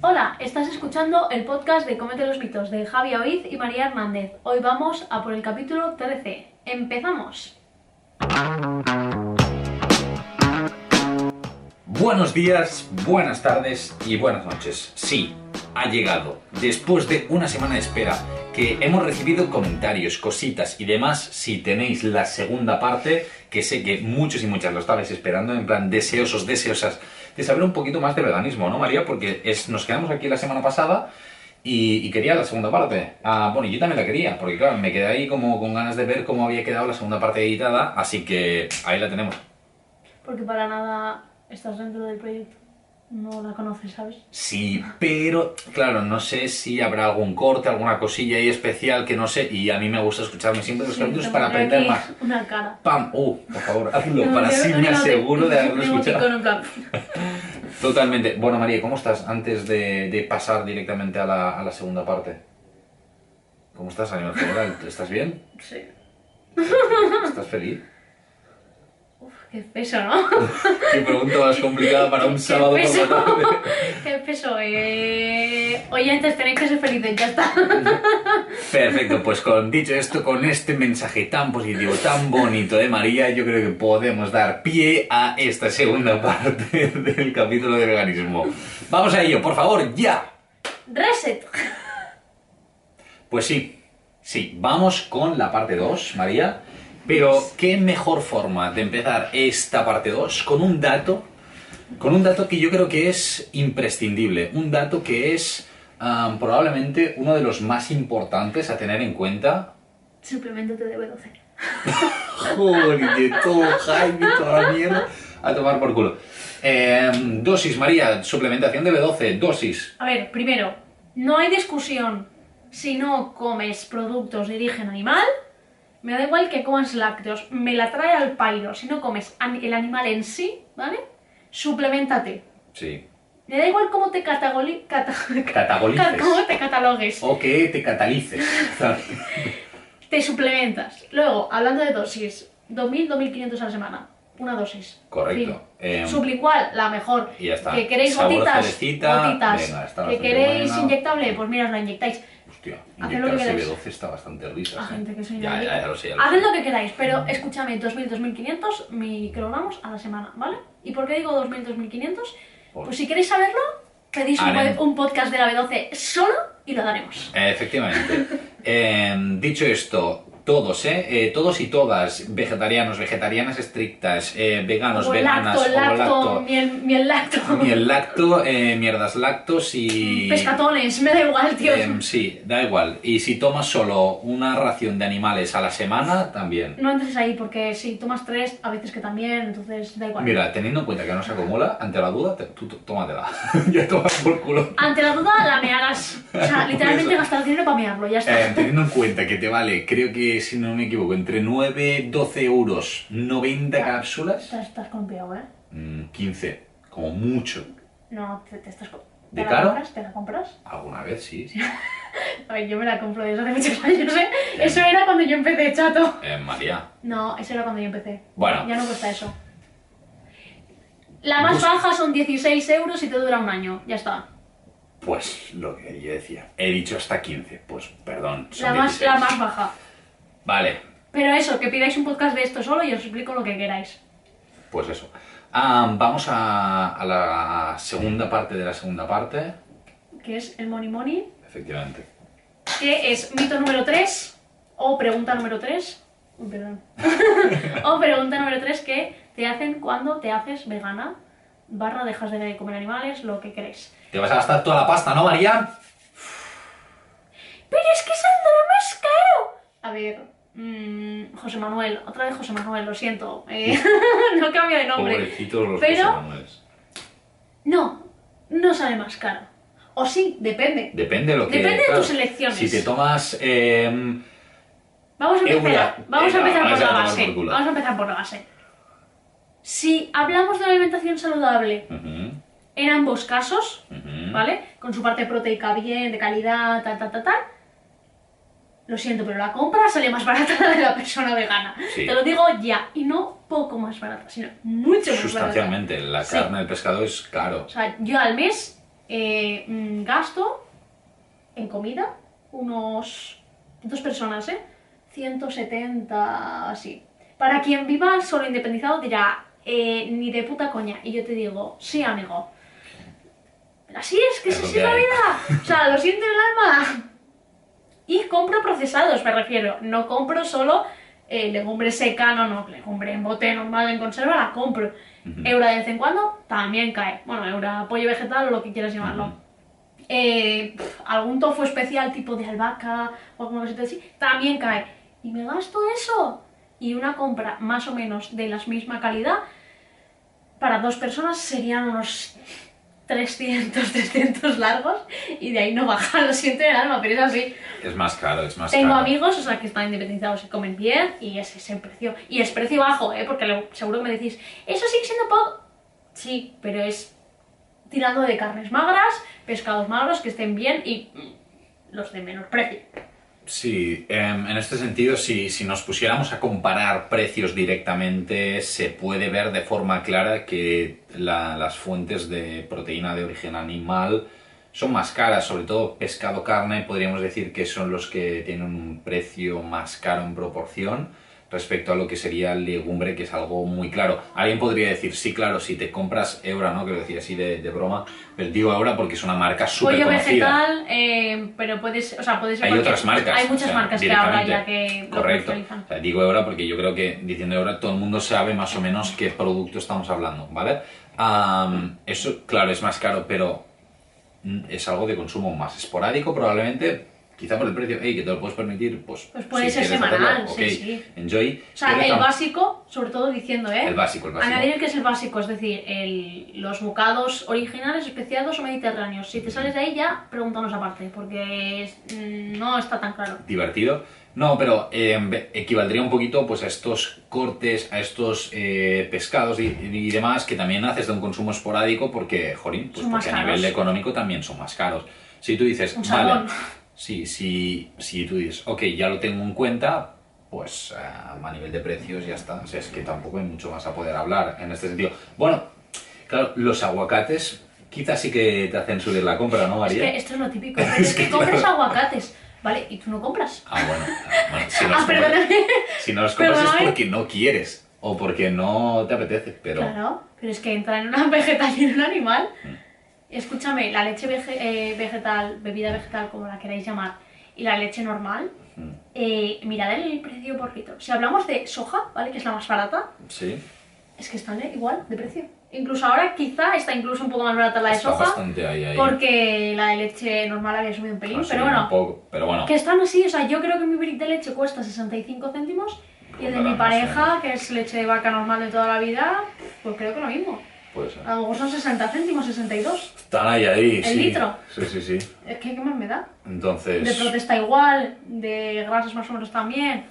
Hola, estás escuchando el podcast de Comete los mitos de Javi Oiz y María Hernández. Hoy vamos a por el capítulo 13. ¡Empezamos! Buenos días, buenas tardes y buenas noches. Sí, ha llegado. Después de una semana de espera, que hemos recibido comentarios, cositas y demás, si tenéis la segunda parte, que sé que muchos y muchas lo estabais esperando, en plan deseosos, deseosas, de saber un poquito más de veganismo, ¿no, María? Porque es, nos quedamos aquí la semana pasada y, y quería la segunda parte. Ah, bueno, yo también la quería, porque claro, me quedé ahí como con ganas de ver cómo había quedado la segunda parte editada, así que ahí la tenemos. Porque para nada estás dentro del proyecto. No la conoces, ¿sabes? Sí, pero claro, no sé si habrá algún corte, alguna cosilla ahí especial que no sé. Y a mí me gusta escucharme siempre los Sí, capítulos te para pondré aprender aquí más. Una cara. ¡Pam! ¡Uh! Por favor, hazlo, No, para yo- así yo me no te- aseguro de un haberlo emoticón, escuchado. en plan, Totalmente. Bueno, María, ¿cómo estás antes de, de pasar directamente a la, a la segunda parte? ¿Cómo estás a nivel general? ¿Estás bien? Sí. ¿Estás feliz? Uf, qué peso, ¿no? Qué pregunta más complicada para un Qué sábado por la peso. tarde. qué peso. Eh... Oyentes, tenéis que ser felices, ya está. Perfecto, pues con dicho esto, con este mensaje tan positivo, tan bonito de María, yo creo que podemos dar pie a esta segunda parte del capítulo de veganismo. Vamos a ello, por favor, ya. Reset. Pues sí, sí, vamos con la parte 2, María. Pero qué mejor forma de empezar esta parte 2 con un dato, con un dato que yo creo que es imprescindible, un dato que es ah, probablemente uno de los más importantes a tener en cuenta Simplemente te debe 12. Joder, todo Jaime, toda la mierda. A tomar por culo. Eh, dosis, María, suplementación de B12, dosis. A ver, primero, no hay discusión. Si no comes productos de origen animal, me da igual que comas lácteos, me la trae al pairo. Si no comes an- el animal en sí, ¿vale? Suplementate. Sí. Me da igual cómo te catagoli- cata- Catagolices. cómo te catalogues. O que te catalices. Te suplementas. Luego, hablando de dosis, 2.000, 2.500 a la semana. Una dosis. Correcto. Eh, Fin. Suplicual, la mejor. y ya está. Que queréis Sabor gotitas. cerecita, gotitas. venga, está que bastante queréis buena. inyectable, pues mira, os la inyectáis. Hostia, Haced lo que inyectarse queráis. B12 está bastante risa. A gente que soy ya, yo. ya, ya lo sé. ya lo Haced sé. lo que queráis, pero escúchame, 2.000, 2.500 microgramos a la semana, ¿vale? ¿Y por qué digo 2.000, 2.500? Por- Pues si queréis saberlo, pedís un, Harem. pod- un podcast de la B12 solo y lo daremos. Efectivamente. Eh, dicho esto, todos, ¿eh? Eh, Todos y todas, vegetarianos, vegetarianas estrictas, eh, veganos, Ovo veganas, lacto, lacto, lacto, miel, miel lacto, Miel lacto, eh, mierdas lactos y... pescatones, me da igual, tío. Em, sí, da igual. Y si tomas solo una ración de animales a la semana, también. No entres ahí porque si tomas tres, a veces que también, entonces da igual. Mira, teniendo en cuenta que no se acumula, ante la duda, te- tú t- tómatela. ya tomas por culo. Ante la duda, la mearás. O sea, literalmente Eso. gastar el dinero para mearlo, ya está. Eh, teniendo en cuenta que te vale, creo que si no me equivoco, entre 9, 12 euros, 90 Ah, cápsulas, Estás, estás columpiado, ¿eh? mm, 15, como mucho. No, te, te estás... co- ¿Te ¿De la caro? compras? ¿Te la compras? Alguna vez, sí. sí. A ver, yo me la compro desde hace muchos años, ¿eh? Eso era cuando yo empecé, chato. Eh, María, No, eso era cuando yo empecé. Bueno. Ya no cuesta eso. La más Bus- baja son 16 euros y te dura un año. Ya está. pues lo que yo decía, he dicho hasta 15, pues perdón. son La más, 16. la más baja. Vale, Pero eso, que pidáis un podcast de esto solo y os explico lo que queráis. Pues eso. Ah, vamos a, a la segunda parte de la segunda parte. Que es el Money Money, Efectivamente. que es mito número 3 o pregunta número 3. Uy, perdón. o pregunta número 3 que te hacen cuando te haces vegana, barra dejas de comer animales, lo que queréis. Te vas a gastar toda la pasta, ¿no, María? Pero es que saldrá más caro. A ver, mm, José Manuel, otra vez José Manuel, lo siento. eh, no cambio de nombre. Pobrecitos los Pero- José Manueles. No, no sale más caro. O sí, depende. Depende de lo que... Depende de tus elecciones. Si te tomas... eh, Vamos a empezar, Eula, vamos a venga, empezar por vamos a la tomar base. por culo. Vamos a empezar por la base. Si hablamos de una alimentación saludable ujú, en ambos casos, ujú. ¿vale? Con su parte proteica bien, de calidad, tal, tal, tal, tal. Lo siento, pero la compra sale más barata de la persona vegana. Sí. Te lo digo ya. Y no poco más barata, sino mucho más barata. Sustancialmente, la Sí. carne del pescado es caro. O sea, yo al mes eh, mm, gasto en comida unos dos personas, ¿eh? 170 así. Para quien viva solo independizado dirá, eh, ni de puta coña. Y yo te digo, sí, amigo. Así es, que Es es lo así que la hay. vida. O sea, lo siento en el alma. Y compro procesados, me refiero. No compro solo eh, legumbre seca, no, no, legumbre en bote normal en conserva, la compro. Mm. Eura de vez en cuando también cae. Bueno, eura, pollo vegetal o lo que quieras llamarlo. Eh, pf, algún tofu especial tipo de albahaca o alguna cosita así, también cae. Y me gasto eso. Y una compra más o menos de la misma calidad para dos personas serían unos 300, 300 largos y de ahí no baja, lo siento en el alma, pero es así. Es más caro, es más Tengo caro. amigos, o sea, que están independizados y comen bien y ese es el precio. Y es precio bajo, ¿eh? Porque lo- seguro que me decís, eso sigue siendo poco. Sí, pero es tirando de carnes magras, pescados magros que estén bien y mm, los de menor precio. Sí, em, en este sentido, si, si nos pusiéramos a comparar precios directamente, se puede ver de forma clara que la- las fuentes de proteína de origen animal son más caras, sobre todo pescado, carne, podríamos decir que son los que tienen un precio más caro en proporción respecto a lo que sería legumbre, que es algo muy claro. Alguien podría decir, sí, claro, si te compras Eura, ¿no? Que lo decía así de, de broma, pero digo Eura porque es una marca súper Pollo conocida. vegetal, eh, pero puedes, o sea, puedes Hay otras marcas. Hay muchas o sea, marcas que ahora ya directamente. que lo Correcto. comercializan. O sea, digo ahora porque yo creo que diciendo ahora todo el mundo sabe más o menos qué producto estamos hablando, ¿vale? Am, eso, claro, es más caro, pero mm, es algo de consumo más esporádico probablemente. Quizá por el precio, hey, que te lo puedes permitir, pues. Pues puede ser quieres semanal, hacerlo, sí, ok, sí. Enjoy. O sea, Pero el tam- básico, sobre todo diciendo, ¿eh? El básico, el básico. Añadir que es el básico, es decir, el- los bocados originales, especiados o mediterráneos. Si te sales de ahí ya, pregúntanos aparte, porque es- mm, no está tan claro. divertido. No, pero eh, ve- equivaldría un poquito pues, a estos cortes, a estos eh, pescados y, y demás que también haces de un consumo esporádico porque, jolín, pues Son más porque a caros. nivel económico también son más caros. Si tú dices, Un vale, salmón. sí, sí, si tú dices, ok, ya lo tengo en cuenta, pues ah, a nivel de precios ya está. O sea, es que tampoco hay mucho más a poder hablar en este sentido. Bueno, claro, los aguacates quizás sí que te hacen subir la compra, ¿no, Es María? que esto es lo típico, pero es que compras aguacates, ¿vale? Y tú no compras. Ah, bueno, bueno, si no Ah, es como- perdóname. Si no los compras es Perdóname. porque no quieres o porque no te apetece, pero Mm. Claro, pero es que entra en una vegetal y en un animal. Escúchame, la leche vege- eh, vegetal, bebida vegetal, como la queráis llamar, y la leche normal, Mm. eh, mirad el precio por litro. Si hablamos de soja, ¿vale? Que es la más barata, sí, es que están eh, igual de precio. Incluso ahora quizá está incluso un poco más barata la de está soja, bastante ahí ahí. porque la de leche normal había subido un pelín, No sé, pero bueno, un poco, pero bueno, que están así, o sea, yo creo que mi brick de leche cuesta 65 céntimos y el de Rondará mi más o pareja, que es leche de vaca normal de toda la vida, pues creo que lo mismo. puede ser. A lo mejor son 60 céntimos, 62. Están ahí ahí, ¿El sí. litro? Sí, sí, sí. Es que, ¿qué más me da? Entonces, De protesta igual, de grasas más o menos también.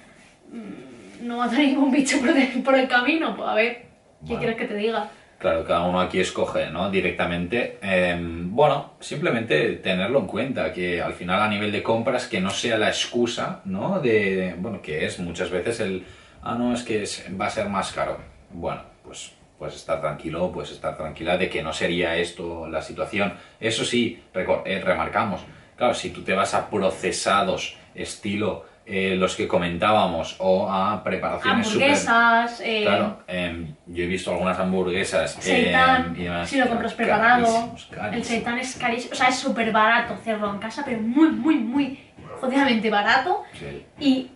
Mm, No mata ningún bicho por el, por el camino. Pues a ver, ¿qué Bueno. quieres que te diga? claro, cada uno aquí escoge, ¿no? Directamente. eh, bueno, simplemente tenerlo en cuenta, que al final a nivel de compras que no sea la excusa, ¿no? De, bueno, que es muchas veces el, ah, no, es que es- va a ser más caro. Bueno, pues pues estar tranquilo, pues estar tranquila de que no sería esto la situación. Eso sí, recor- eh, remarcamos, claro, si tú te vas a procesados estilo eh, los que comentábamos o a preparaciones súper... Hamburguesas, eh, Claro, em, yo he visto algunas hamburguesas. seitán, em, y demás, si lo pero compras preparado. carísimos, carísimos. El seitán es carísimo, o sea, es súper barato hacerlo en casa, pero muy, muy, muy jodidamente barato. Sí. Y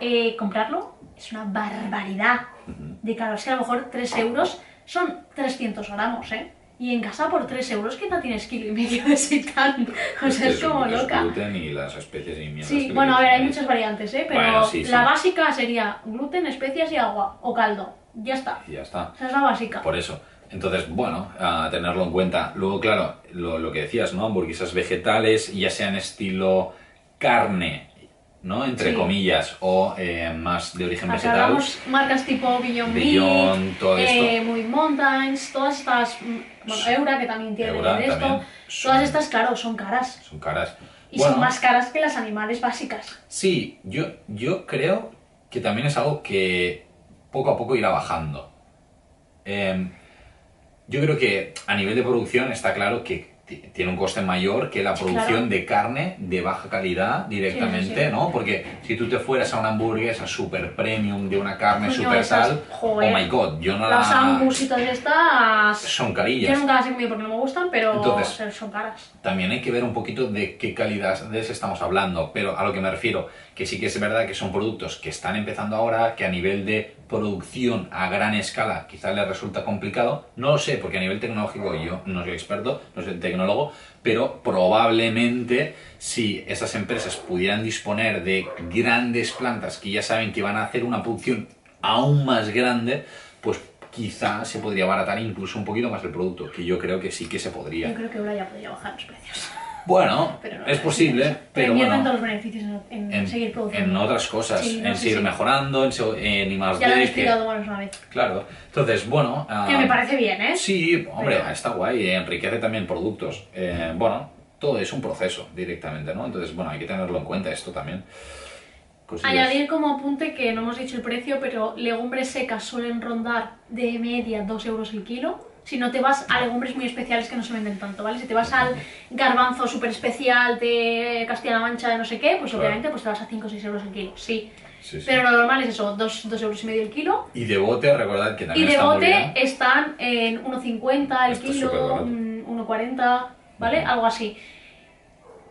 eh, comprarlo es una barbaridad de caro. Es que a lo mejor 3 euros son 300 gramos, ¿eh? Y en casa por 3 euros que no tienes kilo y medio de seitan. O sea, que Pues es como Este es loca. gluten y las especies y mierdas que Sí, le bueno, a ver, hay quitan. muchas variantes, ¿eh? Pero Bueno, sí, sí. la básica sería gluten, especias y agua o caldo. Ya está. Y ya está. Esa es la básica. Por eso. Entonces, bueno, a tenerlo en cuenta. Luego, claro, lo, lo que decías, ¿no? Hamburguesas vegetales, ya sean estilo carne, ¿no? Entre Sí. comillas, o eh, más de origen vegetal. Acabamos marcas tipo Beyond Beyond, Meat, todo esto. eh, Moving Mountains, todas estas, mm, bueno, Eura que también tiene Eura de también. esto, todas Son- estas, claro, son caras. Son caras. Y Bueno, son más caras que las animales básicas. Sí, yo, yo creo que también es algo que poco a poco irá bajando. Em, yo creo que a nivel de producción está claro que ti- tiene un coste mayor que la producción Claro. de carne de baja calidad directamente, Sí, sí, sí. ¿no? Porque si tú te fueras a una hamburguesa super premium de una carne Coño, super esas, tal, joder. oh my god, yo no la... Las hamburguesitas estas. Son Yo carillas. nunca las he comido porque no me gustan, pero Entonces- son caras. También hay que ver un poquito de qué calidades estamos hablando, pero a lo que me refiero, que sí que es verdad que son productos que están empezando ahora, que a nivel de producción a gran escala quizás les resulta complicado, no lo sé, porque a nivel tecnológico yo no soy experto, no soy tecnólogo, pero probablemente si esas empresas pudieran disponer de grandes plantas que ya saben que van a hacer una producción aún más grande, pues quizá se podría abaratar incluso un poquito más el producto, que yo creo que sí que se podría. Yo creo que ahora ya podría bajar los precios. Bueno, Pero no, es no, posible, sí, sí. pero Pierden bueno, todos los beneficios en, en en, seguir produciendo. en otras cosas, Sí, no, en sí, seguir sí. mejorando, en, seg- en I más Ya lo han D, que- explicado bueno, es una vez. claro. Entonces, bueno, ah, Que me parece bien, ¿eh? sí, hombre, Pero- está guay, eh, enriquece también productos. Eh, bueno, todo es un proceso directamente, ¿no? Entonces, bueno, hay que tenerlo en cuenta esto también. Cosillas. Añadir como apunte que no hemos dicho el precio, pero legumbres secas suelen rondar de media 2 euros el kilo. Si no te vas a legumbres muy especiales que no se venden tanto, ¿vale? Si te vas al garbanzo súper especial de Castilla-La Mancha, de no sé qué, pues Claro. obviamente pues te vas a 5 o 6 euros el kilo, sí. Sí, sí. Pero lo normal es eso, 2, euros y medio el kilo. Y de bote, recordad que y también de está muy bote eh, bien. están en 1,50 el Está kilo, superbarato. mm, 1,40, ¿vale? Algo así.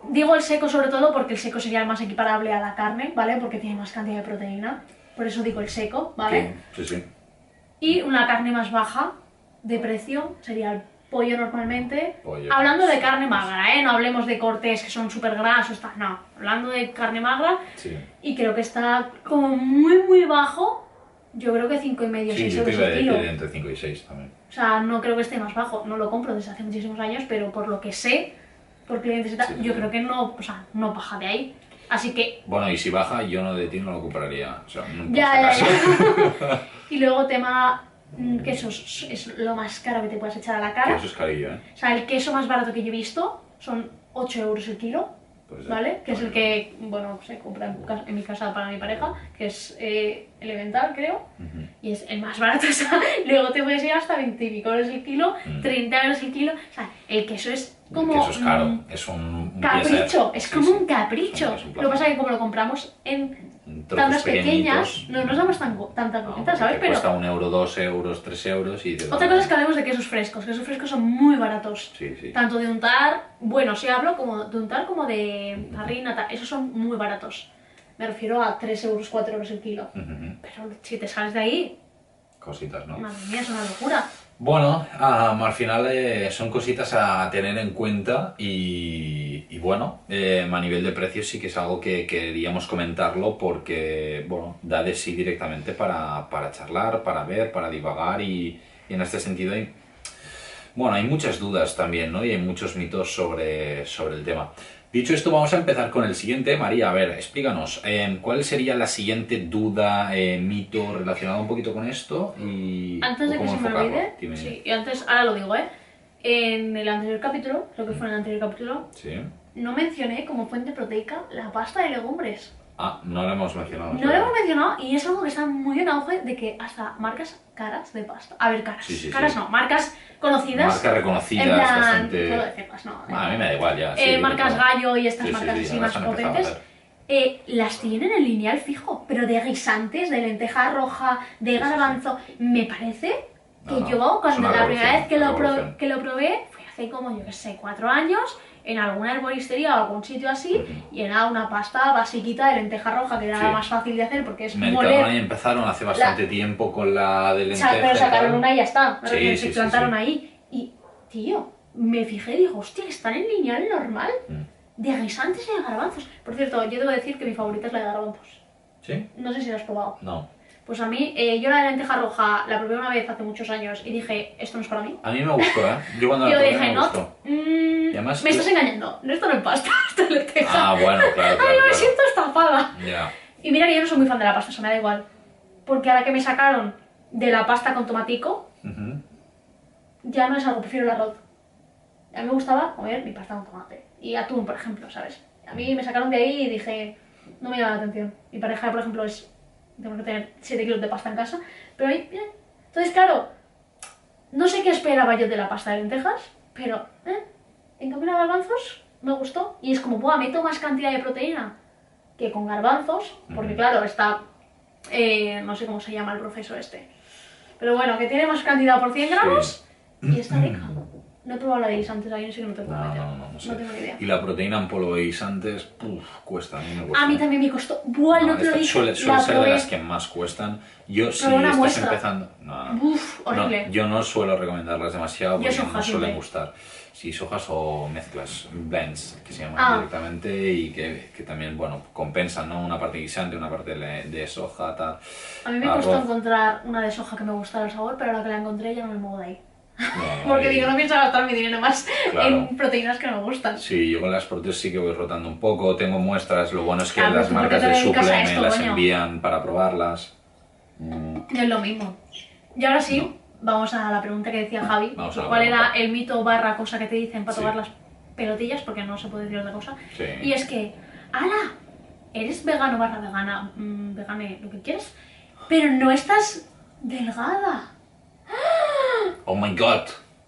Digo el seco sobre todo porque el seco sería el más equiparable a la carne, ¿vale? Porque tiene más cantidad de proteína. Por eso digo el seco, ¿vale? Sí, sí, sí. Y una carne más baja de precio sería el pollo normalmente. Pollo. Hablando de carne magra, ¿eh? No hablemos de cortes que son súper grasos, tal, no. Hablando de carne magra Sí, y creo que está como muy, muy bajo. Yo creo que 5,5 o Sí, 6 yo te euros iba a el decir kilo. entre 5 y 6 también. O sea, no creo que esté más bajo. No lo compro desde hace muchísimos años, pero por lo que sé, por clientes y tal, Sí, sí. yo creo que no, o sea, no baja de ahí. Así que, Bueno, y si baja, yo no de ti no lo compraría. O sea, nunca, por ya, ya, si acaso. ya. y luego tema mm, quesos, es lo más caro que te puedas echar a la Que cara. eso es carillo, ¿eh? O sea, el queso más barato que yo he visto son 8 euros el kilo, Pues, eh, ¿vale? Que es el también. que, bueno, se compra en, casa- en mi casa para mi pareja, que es eh, elemental, creo. Ujú. Y es el más barato, o sea, luego te puedes ir hasta 20 y pico euros el kilo, Mm. 30 euros el kilo, o sea, el queso es como... que eso es caro, un es un, un Capricho, placer. es Sí, como sí. un capricho. Es un lo que pasa placer. es que como lo compramos en En trozos tandas pequeñas, pequeñitos. no nos damos tan, tanta No, cuenta, porque ¿sabes? te Pero Cuesta un euro, dos euros, tres euros y... dices, otra cosa es que "Ah, hablemos de quesos frescos, quesos frescos son muy baratos. Sí, sí. Tanto de untar, bueno, si hablo como de untar como de harina, tal, esos son muy baratos. Me refiero a 3 euros, 4 euros el kilo. Ujú. Pero si te sales de ahí, Cositas, ¿no? madre mía, es una locura. Bueno, am, al final eh, son cositas a tener en cuenta y, y bueno, em, a nivel de precios sí que es algo que queríamos comentarlo porque, bueno, da de sí directamente para, para charlar, para ver, para divagar y, y en este sentido hay, bueno, hay muchas dudas también, ¿no? Y hay muchos mitos sobre, sobre el tema. Dicho esto, vamos a empezar con el siguiente. María, a ver, explícanos, em, ¿cuál sería la siguiente duda, eh, mito relacionado un poquito con esto? Y, Antes o de que cómo se me enfocarlo? olvide, Dime. sí, y antes, ahora lo digo, ¿eh? En el anterior capítulo, creo que fue en el anterior capítulo, Sí. no mencioné como fuente proteica la pasta de legumbres. Ah, no lo hemos mencionado. No claro. lo hemos mencionado y es algo que está muy en auge de que hasta marcas caras de pasta. A ver, caras. Sí, sí, sí. caras no, marcas conocidas. Marcas reconocidas, en plan, bastante- puedo decirlas, no. Ah, a mí me da igual ya. sí, Eh, yo marcas creo. gallo y estas Sí, sí, marcas sí, así ahora más se han empezado a potentes. ver. eh, las tienen en lineal fijo, pero de guisantes, de lenteja roja, de sí, sí. garbanzo. Me parece que No, no, yo, es una cuando la primera revolución, vez que una lo, pro- revolución. que lo probé, fue hace como, yo que sé, cuatro años, en alguna herboristería o algún sitio así, Ujú. y era una pasta basiquita de lenteja roja, que era Sí. la más fácil de hacer porque es Mercadona y moler. empezaron hace bastante tiempo con la de O lenteja. sea, pero y tal. sacaron una y ya está. Sí, Se sí, sí, plantaron sí. ahí. Y, tío, me fijé y dije, hostia, están en lineal normal. Mm. De guisantes y de garbanzos. Por cierto, yo debo decir que mi favorita es la de garbanzos. ¿Sí? No sé si la has probado. No. Pues a mí, eh, yo la de lenteja roja la probé una vez hace muchos años y dije, esto no es para mí. A mí me gustó, ¿eh? Yo cuando Y la yo probé dije, me no, gustó. mm, Y además- eh, me estás engañando. Esto no es pasta, esto es lenteja. Ah, bueno, claro, claro. Ay, yo me claro. siento estafada. Ya. Y mira que yo no soy muy fan de la pasta, eso me da igual. Porque ahora que me sacaron de la pasta con tomatico, Ujú. ya no es algo, prefiero el arroz. A mí me gustaba comer mi pasta con tomate. Y atún, por ejemplo, ¿sabes? A mí me sacaron de ahí y dije, no me llama la atención. Mi pareja, por ejemplo, es... Tengo que tener 7 kilos de pasta en casa. Pero ahí, eh. Entonces, claro, no sé qué esperaba yo de la pasta de lentejas, pero, eh, en garbanzos, me gustó. Y es como, buah, meto más cantidad de proteína que con garbanzos, porque Ujú. claro, está, eh, no sé cómo se llama el proceso este. Pero bueno, que tiene más cantidad por 100 gramos y está rica. No he probado la de guisantes, ahí sí que no te No, puedo no, meter. no, no, no sé. tengo ni idea. Y la proteína en polvo de guisantes, puf, cuesta, a mí me cuesta. A mí también me costó, buah, no, te lo esta dije, Suele, suele la ser de probé. las que más cuestan. Yo, si Probé una estás muestra. empezando. No, no, no. Uf, No, horrible. yo no suelo recomendarlas demasiado Yo porque soja no suelen siempre. gustar. Si sojas o mezclas, blends, que se llaman Ah. directamente y que, que también, bueno, compensan, ¿no? Una parte guisante, una parte le- de soja, tal. A mí me Arroz. costó encontrar una de soja que me gustara el sabor, pero la que la encontré ya no me muevo de ahí. No, Porque y- digo, no pienso gastar mi dinero más Claro. en proteínas que no me gustan. Sí, yo con las protes sí que voy rotando un poco, tengo muestras, lo bueno es que Ah, pues las tú marcas porque te de dedicas a suple me esto, las coño. envían para probarlas. Mm, No es lo mismo. Y ahora sí, vamos a la pregunta que decía Javi. Vamos a la ¿Cuál era pregunta. el mito barra cosa que te dicen para Sí. tocar las pelotillas? Porque no se puede decir otra cosa. Sí. Y es que, ala, eres vegano barra vegana, mm, vegane, lo que quieras, pero no estás delgada. Oh my god.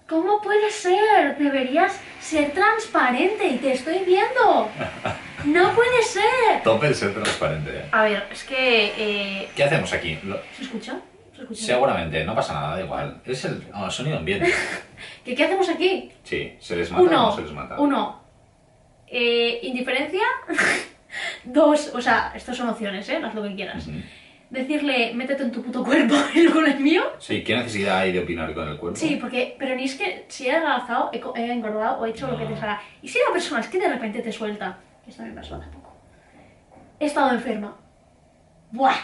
¿Cómo puede ser? Deberías ser transparente y te estoy viendo. No puede ser. Tope ser transparente. A ver, es que... eh, ¿Qué hacemos aquí? Lo- ¿Se escucha? ¿Se escucha? Seguramente, no pasa nada, da igual. Es el ah, sonido ambiente. ¿Qué, qué hacemos aquí? Sí, se les mata o Uno, no se les mata. uno, eh, indiferencia. Dos, o sea, estos son opciones, ¿eh? Haz lo que quieras. Ujú. Decirle, métete en tu puto cuerpo y no con el mío. Sí, ¿qué necesidad hay de opinar con el cuerpo? Sí, porque, pero ni es que si he adelgazado, he, co- he engordado o he hecho lo que te No. salga. Y si la persona es que de repente te suelta, que esto me pasó hace poco, he estado enferma. Buah,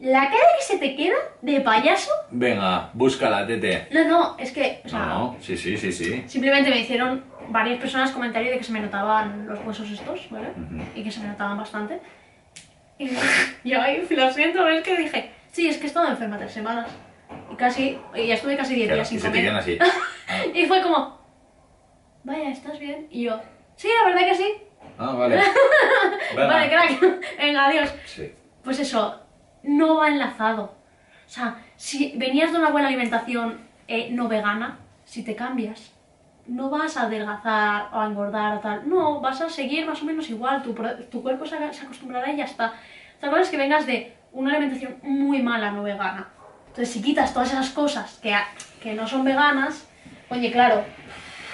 la cara que se te queda de payaso. Venga, búscala, tete. No, no, es que, o sea, No, no, sí, sí, sí, sí. simplemente me hicieron varias personas comentario de que se me notaban los huesos estos, ¿vale? Ujú. Y que se me notaban bastante. Y yo ahí, lo siento, es que dije, sí, es que he estado enferma tres semanas. Y casi, y estuve casi 10 Claro, días y sin se te comer. quedan así. Ah, Y fue como, vaya, ¿estás bien? Y yo, sí, la verdad que sí. ah, vale. Venga. Vale, crack, venga, adiós. Sí. Pues eso, no va enlazado. O sea, si venías de una buena alimentación eh, no vegana, si te cambias, no vas a adelgazar o a engordar o tal. No, vas a seguir más o menos igual, tu, pro- tu cuerpo se, aga- se acostumbrará y ya está. Otra cosa es que vengas de una alimentación muy mala no vegana. Entonces, si quitas todas esas cosas que, a- que no son veganas, oye, claro,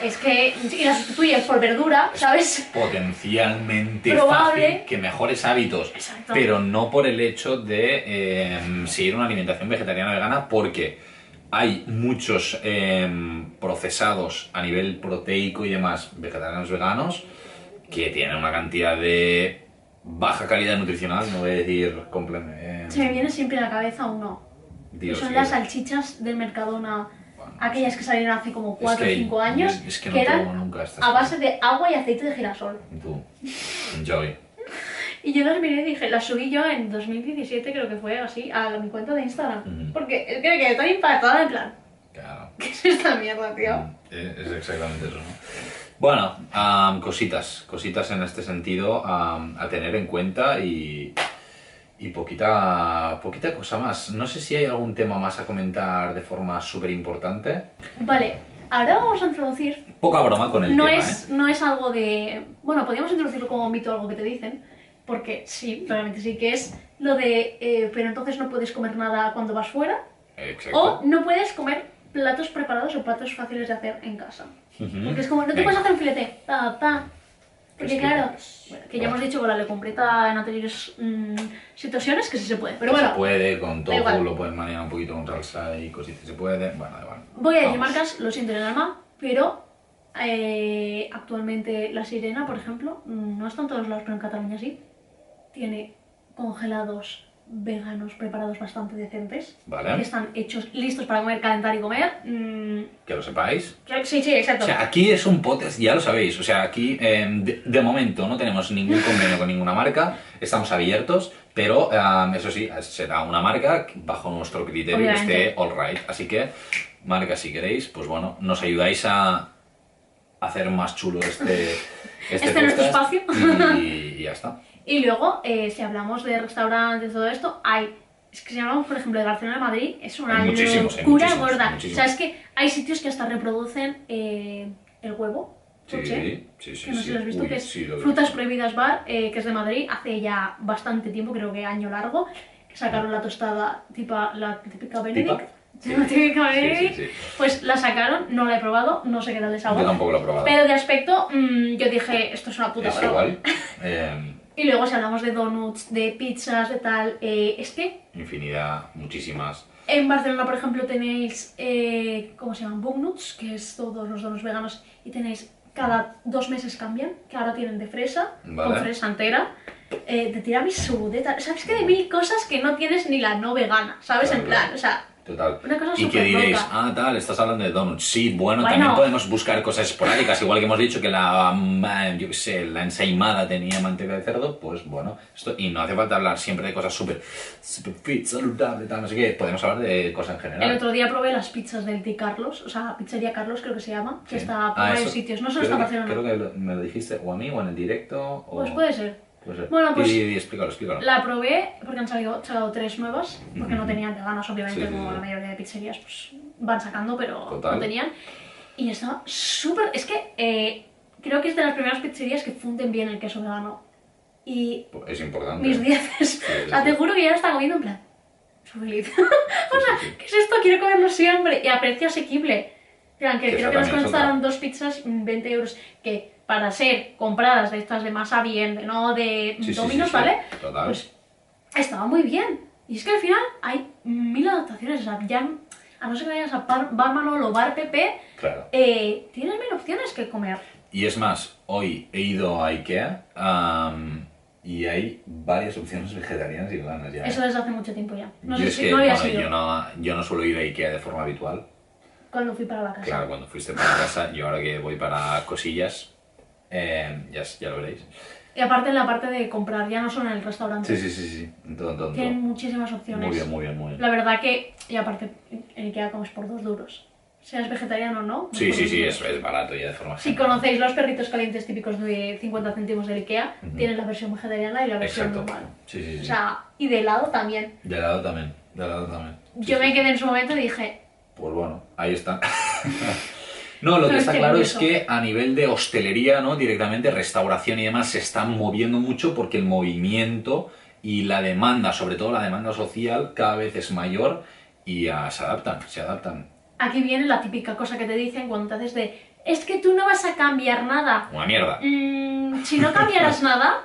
es que y las sustituyes por verdura, ¿sabes? potencialmente Probable. fácil que mejores hábitos, Exacto. pero no por el hecho de eh, seguir una alimentación vegetariana o vegana porque hay muchos eh, procesados a nivel proteico y demás vegetarianos veganos que tienen una cantidad de baja calidad nutricional, no voy a decir completamente... em, Se me viene siempre a la cabeza uno. que son eh. las salchichas del Mercadona, aquellas que salieron hace como 4 o 5 años, es que, que, no eran tomo nunca estas a base de agua y aceite de girasol. cosas. Tú, enjoy. Y yo las miré y dije, las subí yo en 2017, creo que fue así, a la- mi cuenta de Instagram. Ujú. Porque es que me quedé tan impactada, en plan, Claro. ¿qué es esta mierda, tío? Eh, Es exactamente eso, ¿no? Bueno, am, cositas, cositas en este sentido am, a tener en cuenta y, y poquita, poquita cosa más. No sé si hay algún tema más a comentar de forma súper importante. Vale, ahora vamos a introducir. Poca broma con el No tema, es, ¿eh? no es algo de. Bueno, podríamos introducirlo como mito, algo que te dicen. Porque sí, realmente sí que es lo de. eh, pero entonces no puedes comer nada cuando vas fuera. ¿eh? Exacto. O no puedes comer platos preparados o platos fáciles de hacer en casa. Ujú. Porque es como, no te Mm. Venga. puedes hacer un filete, pa, pa. Porque Es que- claro, bueno, que ya hemos dicho con la lecompreta en anteriores mm, situaciones que sí se puede. Pero bueno, Se puede, con tofu igual. lo puedes manejar un poquito con salsa y cositas. Se puede, bueno, da igual. voy a decir Vamos. marcas, lo siento en el alma, pero eh, actualmente La Sirena, por ejemplo, mm, no está en todos lados, pero en Cataluña sí, tiene congelados veganos preparados bastante decentes, que Vale, están hechos, listos para comer, calentar y comer. mm, que lo sepáis. sí, sí, exacto. O sea, aquí es un potes, ya lo sabéis. O sea, aquí eh, de, de momento no tenemos ningún convenio con ninguna marca, estamos abiertos, pero eh, eso sí, será una marca que bajo nuestro criterio que Obviamente. esté all right. Así que, marca, si queréis, pues bueno, nos ayudáis a hacer más chulo este. Este, Este nuestro podcast espacio. Y, y ya está. Y luego, eh, si hablamos de restaurantes, todo esto, hay. Es que si hablamos, por ejemplo, de Barcelona y Madrid, es una Hay muchísimos, hay locura muchísimos, gorda. muchísimos. O sea, es que hay sitios que hasta reproducen eh, el huevo coche, Sí, sí, sí. que no sé sí. si lo has visto, Uy, que es sí, lo he Frutas visto. Prohibidas Bar, eh, que es de Madrid, hace ya bastante tiempo, creo que año largo, que sacaron la tostada tipa, la típica Benedict. Sí. La típica Sí, Benedict. sí, sí. Pues la sacaron, no la he probado, no sé qué tal de Yo sabor. tampoco lo he probado. Pero de aspecto, mm, yo dije, esto es una puta es broma. igual. eh, Y luego si hablamos de donuts, de pizzas, de tal, eh, es que infinidad, muchísimas. en Barcelona, por ejemplo, tenéis, eh, ¿cómo se llaman? Bugnuts, que es todos los donuts veganos, y tenéis cada dos meses cambian, que ahora tienen de fresa, Vale. con fresa entera, eh, de tiramisú, de tal, ¿sabes que de mil cosas que no tienes ni la no vegana? ¿Sabes? Claro, en claro. plan, o sea, Total. Una cosa y que súper diréis, loca. ah, tal, estás hablando de donuts. Sí, bueno, Bueno. también podemos buscar cosas esporádicas. Igual que hemos dicho que la, mm, yo qué sé, la ensaimada tenía manteca de cerdo, pues bueno, esto. Y no hace falta hablar siempre de cosas súper, súper fit, saludable, tal, no sé qué. Podemos hablar de cosas en general. el otro día probé las pizzas del Di Carlos, o sea, Pizzería Carlos creo que se llama, que Sí. está por Ah, varios eso sitios, no solo creo está en que- Barcelona. Creo que lo- me lo dijiste o a mí o en el directo. O... Pues puede ser. puede ser. Bueno, pues- Y, y- y explícalo, explícalo. La probé porque han salido, sacado tres nuevas, porque no tenían ganas, obviamente, Sí, sí, como sí. la mayoría de pizzerías pues, van sacando, pero Total. no tenían. Y estaba súper. Es que eh, creo que es de las primeras pizzerías que funden bien el queso vegano. Y Es importante. mis dieces, sí, o sea, te sí. juro que ya lo estaba comiendo en plan. Soy feliz. Sí, sí, sí. ¿Qué es esto? Quiero comerlo siempre. Y a precio asequible. En plan, que Que creo esa que nos también es costaron otra. dos pizzas mm, 20 euros. Que para ser compradas de estas de masa bien, de no de Sí, sí, sí, dominos, sí. ¿vale? Total. Pues estaba muy bien. Y es que al final hay mil adaptaciones. O sea, ya, a no ser que vayas a Bar, Bar Manolo o Bar Pepe, Claro. eh, tienes mil opciones que comer. Y es más, hoy he ido a Ikea am, y hay varias opciones vegetarianas y veganas ya. ¿eh? Eso desde hace mucho tiempo ya. No yo sé es si que, no había bueno, sido yo, no, yo no suelo ir a Ikea de forma habitual. cuando fui para la casa. Claro, cuando fuiste para casa, yo ahora que voy para cosillas, eh, ya, ya lo veréis. Y aparte en la parte de comprar, ya no solo en el restaurante. Sí, sí, sí, sí. Tonto, tonto. Tienen muchísimas opciones. Muy bien, muy bien, muy bien. La verdad que, y aparte, en Ikea comes por dos duros. Seas vegetariano o no. comes Sí, por sí, dos sí, duros. es, es barato ya de forma Si general. conocéis los perritos calientes típicos de 50 céntimos de Ikea, tienen la versión vegetariana y la versión Exacto. normal. Sí, sí, sí. O sea, y de helado también. de lado también, de lado también. Sí, Yo sí. me quedé en su momento y dije, Pues bueno, ahí está. No, lo que Pero está es que claro es curioso. que a nivel de hostelería, ¿no? Directamente, restauración y demás se están moviendo mucho porque el movimiento y la demanda, sobre todo la demanda social, cada vez es mayor y ah, se adaptan, se adaptan. aquí viene la típica cosa que te dicen cuando te haces de, es que tú no vas a cambiar nada. Una mierda. Mm, si no cambiaras nada,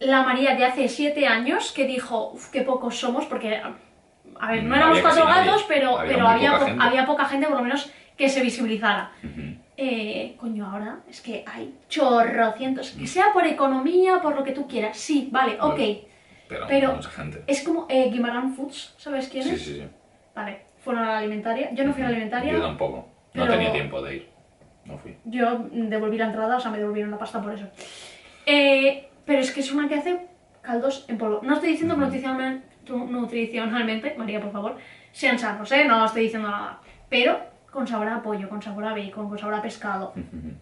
la María de hace siete años que dijo, uff, qué pocos somos, porque, a ver, no, No éramos Mm, había cuatro casi nadie. gatos, pero había, Había pero muy había, poca po- gente. había poca gente, por lo menos, que se visibilizara. Ujú. Eh, coño, ahora es que hay chorrocientos, que sea por economía, por lo que tú quieras, sí, vale, ok. Mm. Vale. Pero, Pero- mucha gente. Es como eh, Guimarães Foods, ¿sabes quién Sí, es? sí, sí. Vale, fueron a la alimentaria, yo no fui a la alimentaria. Yo tampoco. No pero- tenía tiempo de ir. No fui. Yo mm, devolví la entrada, o sea, me devolvieron la pasta por eso. Eh, pero es que es una que hace caldos en polvo. No estoy diciendo que nutricionalmente, nutricionalmente, María, por favor, sean sanos, ¿eh? No estoy diciendo nada. Pero con sabor a pollo, con sabor a bacon, con sabor a pescado. Ujú.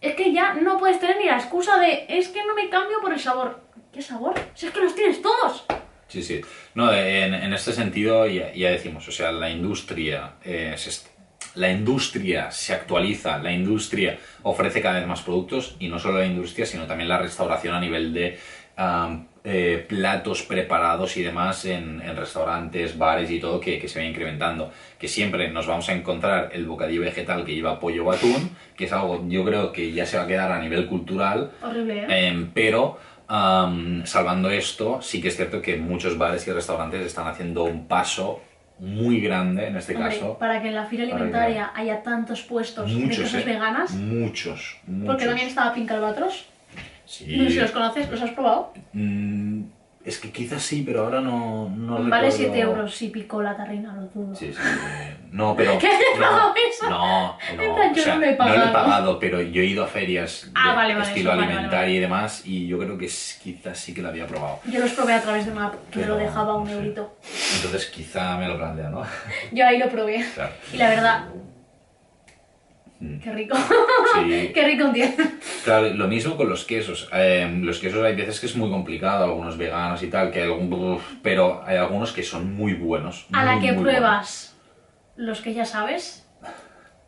Es que ya no puedes tener ni la excusa de, es que no me cambio por el sabor. ¿Qué sabor? Si es que los tienes todos. Sí, sí. No, en, en este sentido ya, ya decimos, o sea, la industria, eh, se est- la industria se actualiza, la industria ofrece cada vez más productos y no solo la industria, sino también la restauración a nivel de am, eh, platos preparados y demás en, en restaurantes, bares y todo que, que se va incrementando. Que siempre nos vamos a encontrar el bocadillo vegetal que lleva pollo o atún, que es algo yo creo que ya se va a quedar a nivel cultural. Horrible, ¿eh? Em, pero am, salvando esto, sí que es cierto que muchos bares y restaurantes están haciendo un paso muy grande en este Hombre, caso. para que en la fila para que- alimentaria haya tantos puestos de Muchos, cosas eh, veganas, Muchos, muchos. porque también estaba Pincalbatros. Sí. No sé si los conoces, ¿los has probado? Mm, es que quizás sí, pero ahora no, no vale recuerdo. 7 euros si picó la tarrina, lo dudo. Sí, sí, sí. No, pero. ¿Qué has no, pagado eso? No, En no. plan, o yo sea, no lo he No pagado. he pagado, pero yo he ido a ferias de Ah, vale, vale, estilo eso, vale, vale, alimentario vale. y demás, y yo creo que es- quizás sí que lo había probado. Yo los probé a través de Map, que me Pero, lo dejaba un sí. eurito. Entonces quizá me lo plantea, ¿no? Yo ahí lo probé. Claro. Y la verdad, Mm. qué rico. Sí, qué rico un 10. claro, lo mismo con los quesos. Eh, los quesos hay veces que es muy complicado, algunos veganos y tal, que hay algún... uf, Pero hay algunos que son muy buenos. A la muy, que muy pruebas los que ya sabes,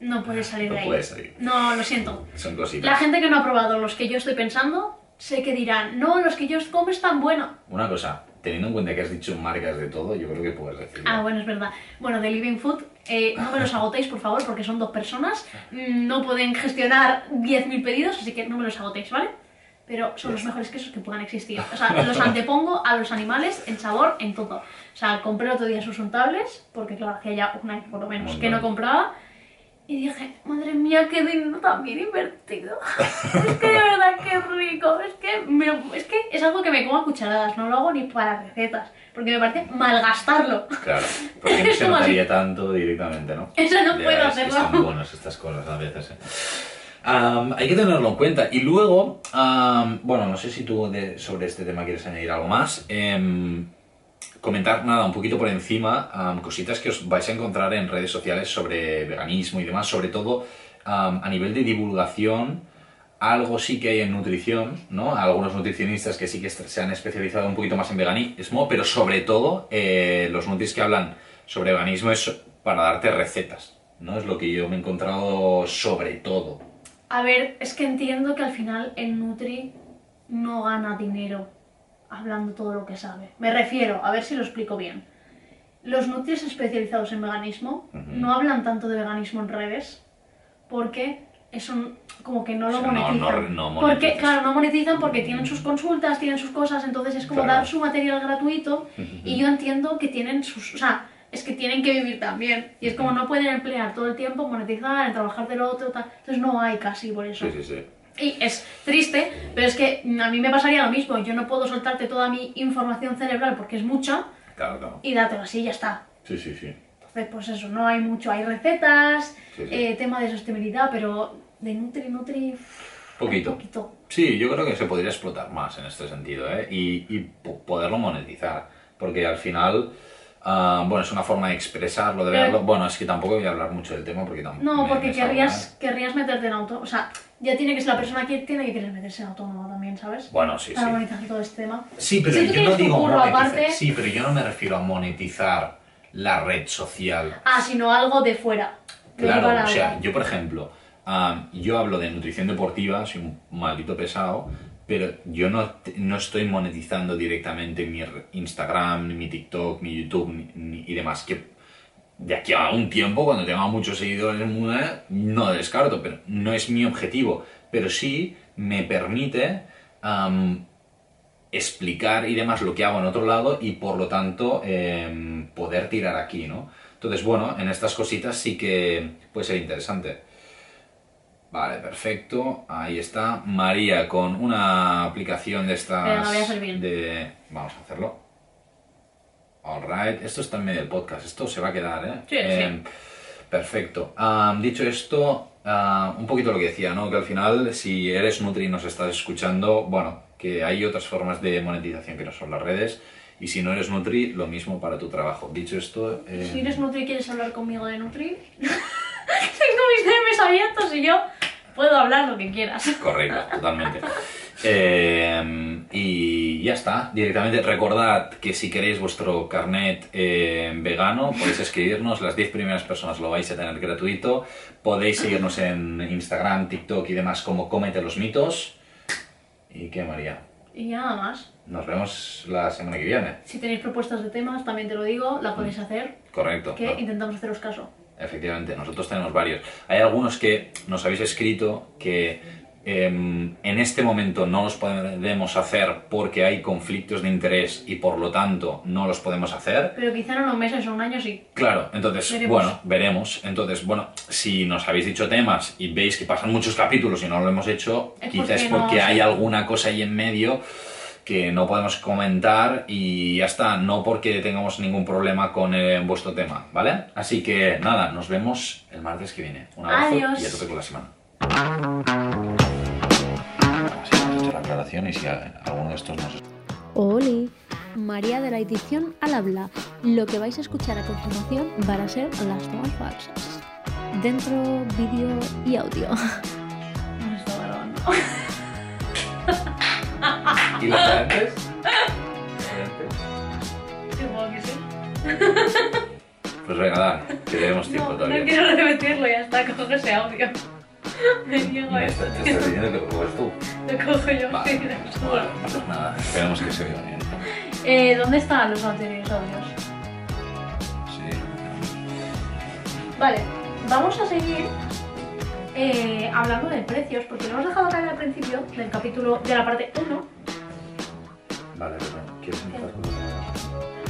No puedes salir No de ahí. puedes salir. No, lo siento. Son cositas. La gente que no ha probado los que yo estoy pensando, sé que dirán, no, los que yo como están buenos. Una cosa, teniendo en cuenta que has dicho marcas de todo, yo creo que puedes decirlo. Ah, bueno, es verdad. Bueno, de Living Food, eh, no me los agotéis, por favor, porque son dos personas. mm, No pueden gestionar 10.000 pedidos, así que no me los agotéis, ¿vale? Pero son los mejores quesos que puedan existir. O sea, los antepongo a los animales en sabor, en todo. O sea, compré el otro día sus untables, porque claro, hacía ya un año por lo menos Un que no montón. compraba. Y dije, madre mía, qué dinero tan bien invertido. es que de verdad, qué rico. Es que, me lo- es que es algo que me como a cucharadas, no lo hago ni para recetas, porque me parece malgastarlo. Claro, porque no Es se como notaría tanto directamente, ¿no? Eso no Ya puedo ves, hacerlo. Están buenas estas cosas a veces, ¿eh? Am, hay que tenerlo en cuenta. Y luego, am, bueno, no sé si tú de- sobre este tema quieres añadir algo más. Em, comentar nada, un poquito por encima, am, cositas que os vais a encontrar en redes sociales sobre veganismo y demás, sobre todo am, a nivel de divulgación. Algo sí que hay en nutrición, ¿no? Algunos nutricionistas que sí que est- se han especializado un poquito más en veganismo, pero sobre todo eh, los nutris que hablan sobre veganismo es para darte recetas, ¿no? Es lo que yo me he encontrado sobre todo. A ver, es que entiendo que al final el Nutri no gana dinero hablando todo lo que sabe. Me refiero, a ver si lo explico bien. Los Nutris especializados en veganismo Ujú. no hablan tanto de veganismo en redes porque eso n- como que no lo O sea, no- monetizan. no- no porque, monetizas. claro, no monetizan porque tienen sus consultas, tienen sus cosas, entonces es como Claro. dar su material gratuito y yo entiendo que tienen sus... O sea, es que tienen que vivir también. Y es como no pueden emplear todo el tiempo, monetizar, en trabajar del otro, tal. Entonces no hay casi por eso. Sí, sí, sí. Y es triste, pero es que mm, a mí me pasaría lo mismo. Yo no puedo soltarte toda mi información cerebral porque es mucha Claro, claro. y dátelo así y ya está. Sí, sí, sí. Entonces, pues eso, no hay mucho. Hay recetas, Sí, sí. eh, tema de sostenibilidad, pero de Nutri, Nutri. Poquito. poquito. Sí, yo creo que se podría explotar más en este sentido, ¿eh? Y, y po- poderlo monetizar. Porque al final, ah, bueno, es una forma de expresarlo, de Pero- verlo. Bueno, es que tampoco voy a hablar mucho del tema porque tampoco. No, porque querrías, querrías meterte en auto. O sea, ya tiene que ser la persona que tiene que querer meterse en autónomo también, ¿sabes? Bueno, sí, Para sí. monetizar todo este tema. Sí, pero Si tú yo no tienes tu digo curro monetizar. aparte- Sí, pero yo no me refiero a monetizar la red social. Ah, sino algo de fuera. de llevar Claro, o a- sea, yo por ejemplo, am, yo hablo de nutrición deportiva, soy un maldito pesado, pero yo no, te- no estoy monetizando directamente mi re- Instagram, ni mi TikTok, mi YouTube ni- ni- y demás. Que de aquí a un tiempo, cuando tenga muchos seguidores, eh, no descarto, pero no es mi objetivo. Pero sí me permite am, explicar y demás lo que hago en otro lado y por lo tanto em, poder tirar aquí, ¿no? Entonces, bueno, en estas cositas sí que puede ser interesante. Vale, perfecto. Ahí está. María con una aplicación de estas. Venga, voy a hacer bien. de- Vamos a hacerlo. Alright, esto está en medio del podcast, esto se va a quedar, ¿eh? Sí, Em, Perfecto. Am, dicho esto, ah, un poquito lo que decía, ¿no? Que al final, si eres Nutri y nos estás escuchando, bueno, que hay otras formas de monetización que no son las redes. Y si no eres Nutri, lo mismo para tu trabajo. Dicho esto, em, Si eres Nutri y quieres hablar conmigo de Nutri, tengo mis DMs abiertos y yo puedo hablar lo que quieras. Correcto, totalmente. Eh, y ya está, directamente recordad que si queréis vuestro carnet eh, vegano podéis escribirnos, las 10 primeras personas lo vais a tener gratuito, podéis seguirnos en Instagram, TikTok y demás como Cómete los mitos. Y que María, Y nada más. nos vemos la semana que viene. Si tenéis propuestas de temas, también te lo digo, Mm. la podéis hacer, Correcto. que ¿no? intentamos haceros caso. Efectivamente, nosotros tenemos varios. Hay algunos que nos habéis escrito que em, en este momento no los podemos hacer porque hay conflictos de interés y por lo tanto no los podemos hacer. Pero quizá en unos meses o un año sí. Claro, entonces, Veremos. bueno, veremos. Entonces, bueno, si nos habéis dicho temas y veis que pasan muchos capítulos y no lo hemos hecho, Es quizás es porque no- porque hay alguna cosa ahí en medio que no podemos comentar y ya está, no porque tengamos ningún problema con eh, vuestro tema, ¿vale? Así que nada, nos vemos el martes que viene. Un abrazo Adiós. y a tope con la semana. Así hemos hecho la aclaración y si a- alguno de estos nos Oli, María de la edición al habla. Lo que vais a escuchar a continuación van a ser las tomas falsas. Dentro vídeo y audio. No se está grabando. ¿Y los Ah, pues. Supongo que sí. Pues venga, dale, que tenemos tiempo No, pues, todavía. no quiero repetirlo, ya está, cojo ese audio. Me niego a Me está- te estás diciendo que lo coges tú. Lo cojo yo. Vale, vale, pues nada, esperemos que se vea bien. Eh, ¿Dónde están los anteriores audios? Sí. Vale, vamos a seguir eh, hablando de precios, porque lo hemos dejado caer al principio del capítulo de la parte 1. Vale, perdón. ¿Quieres empezar con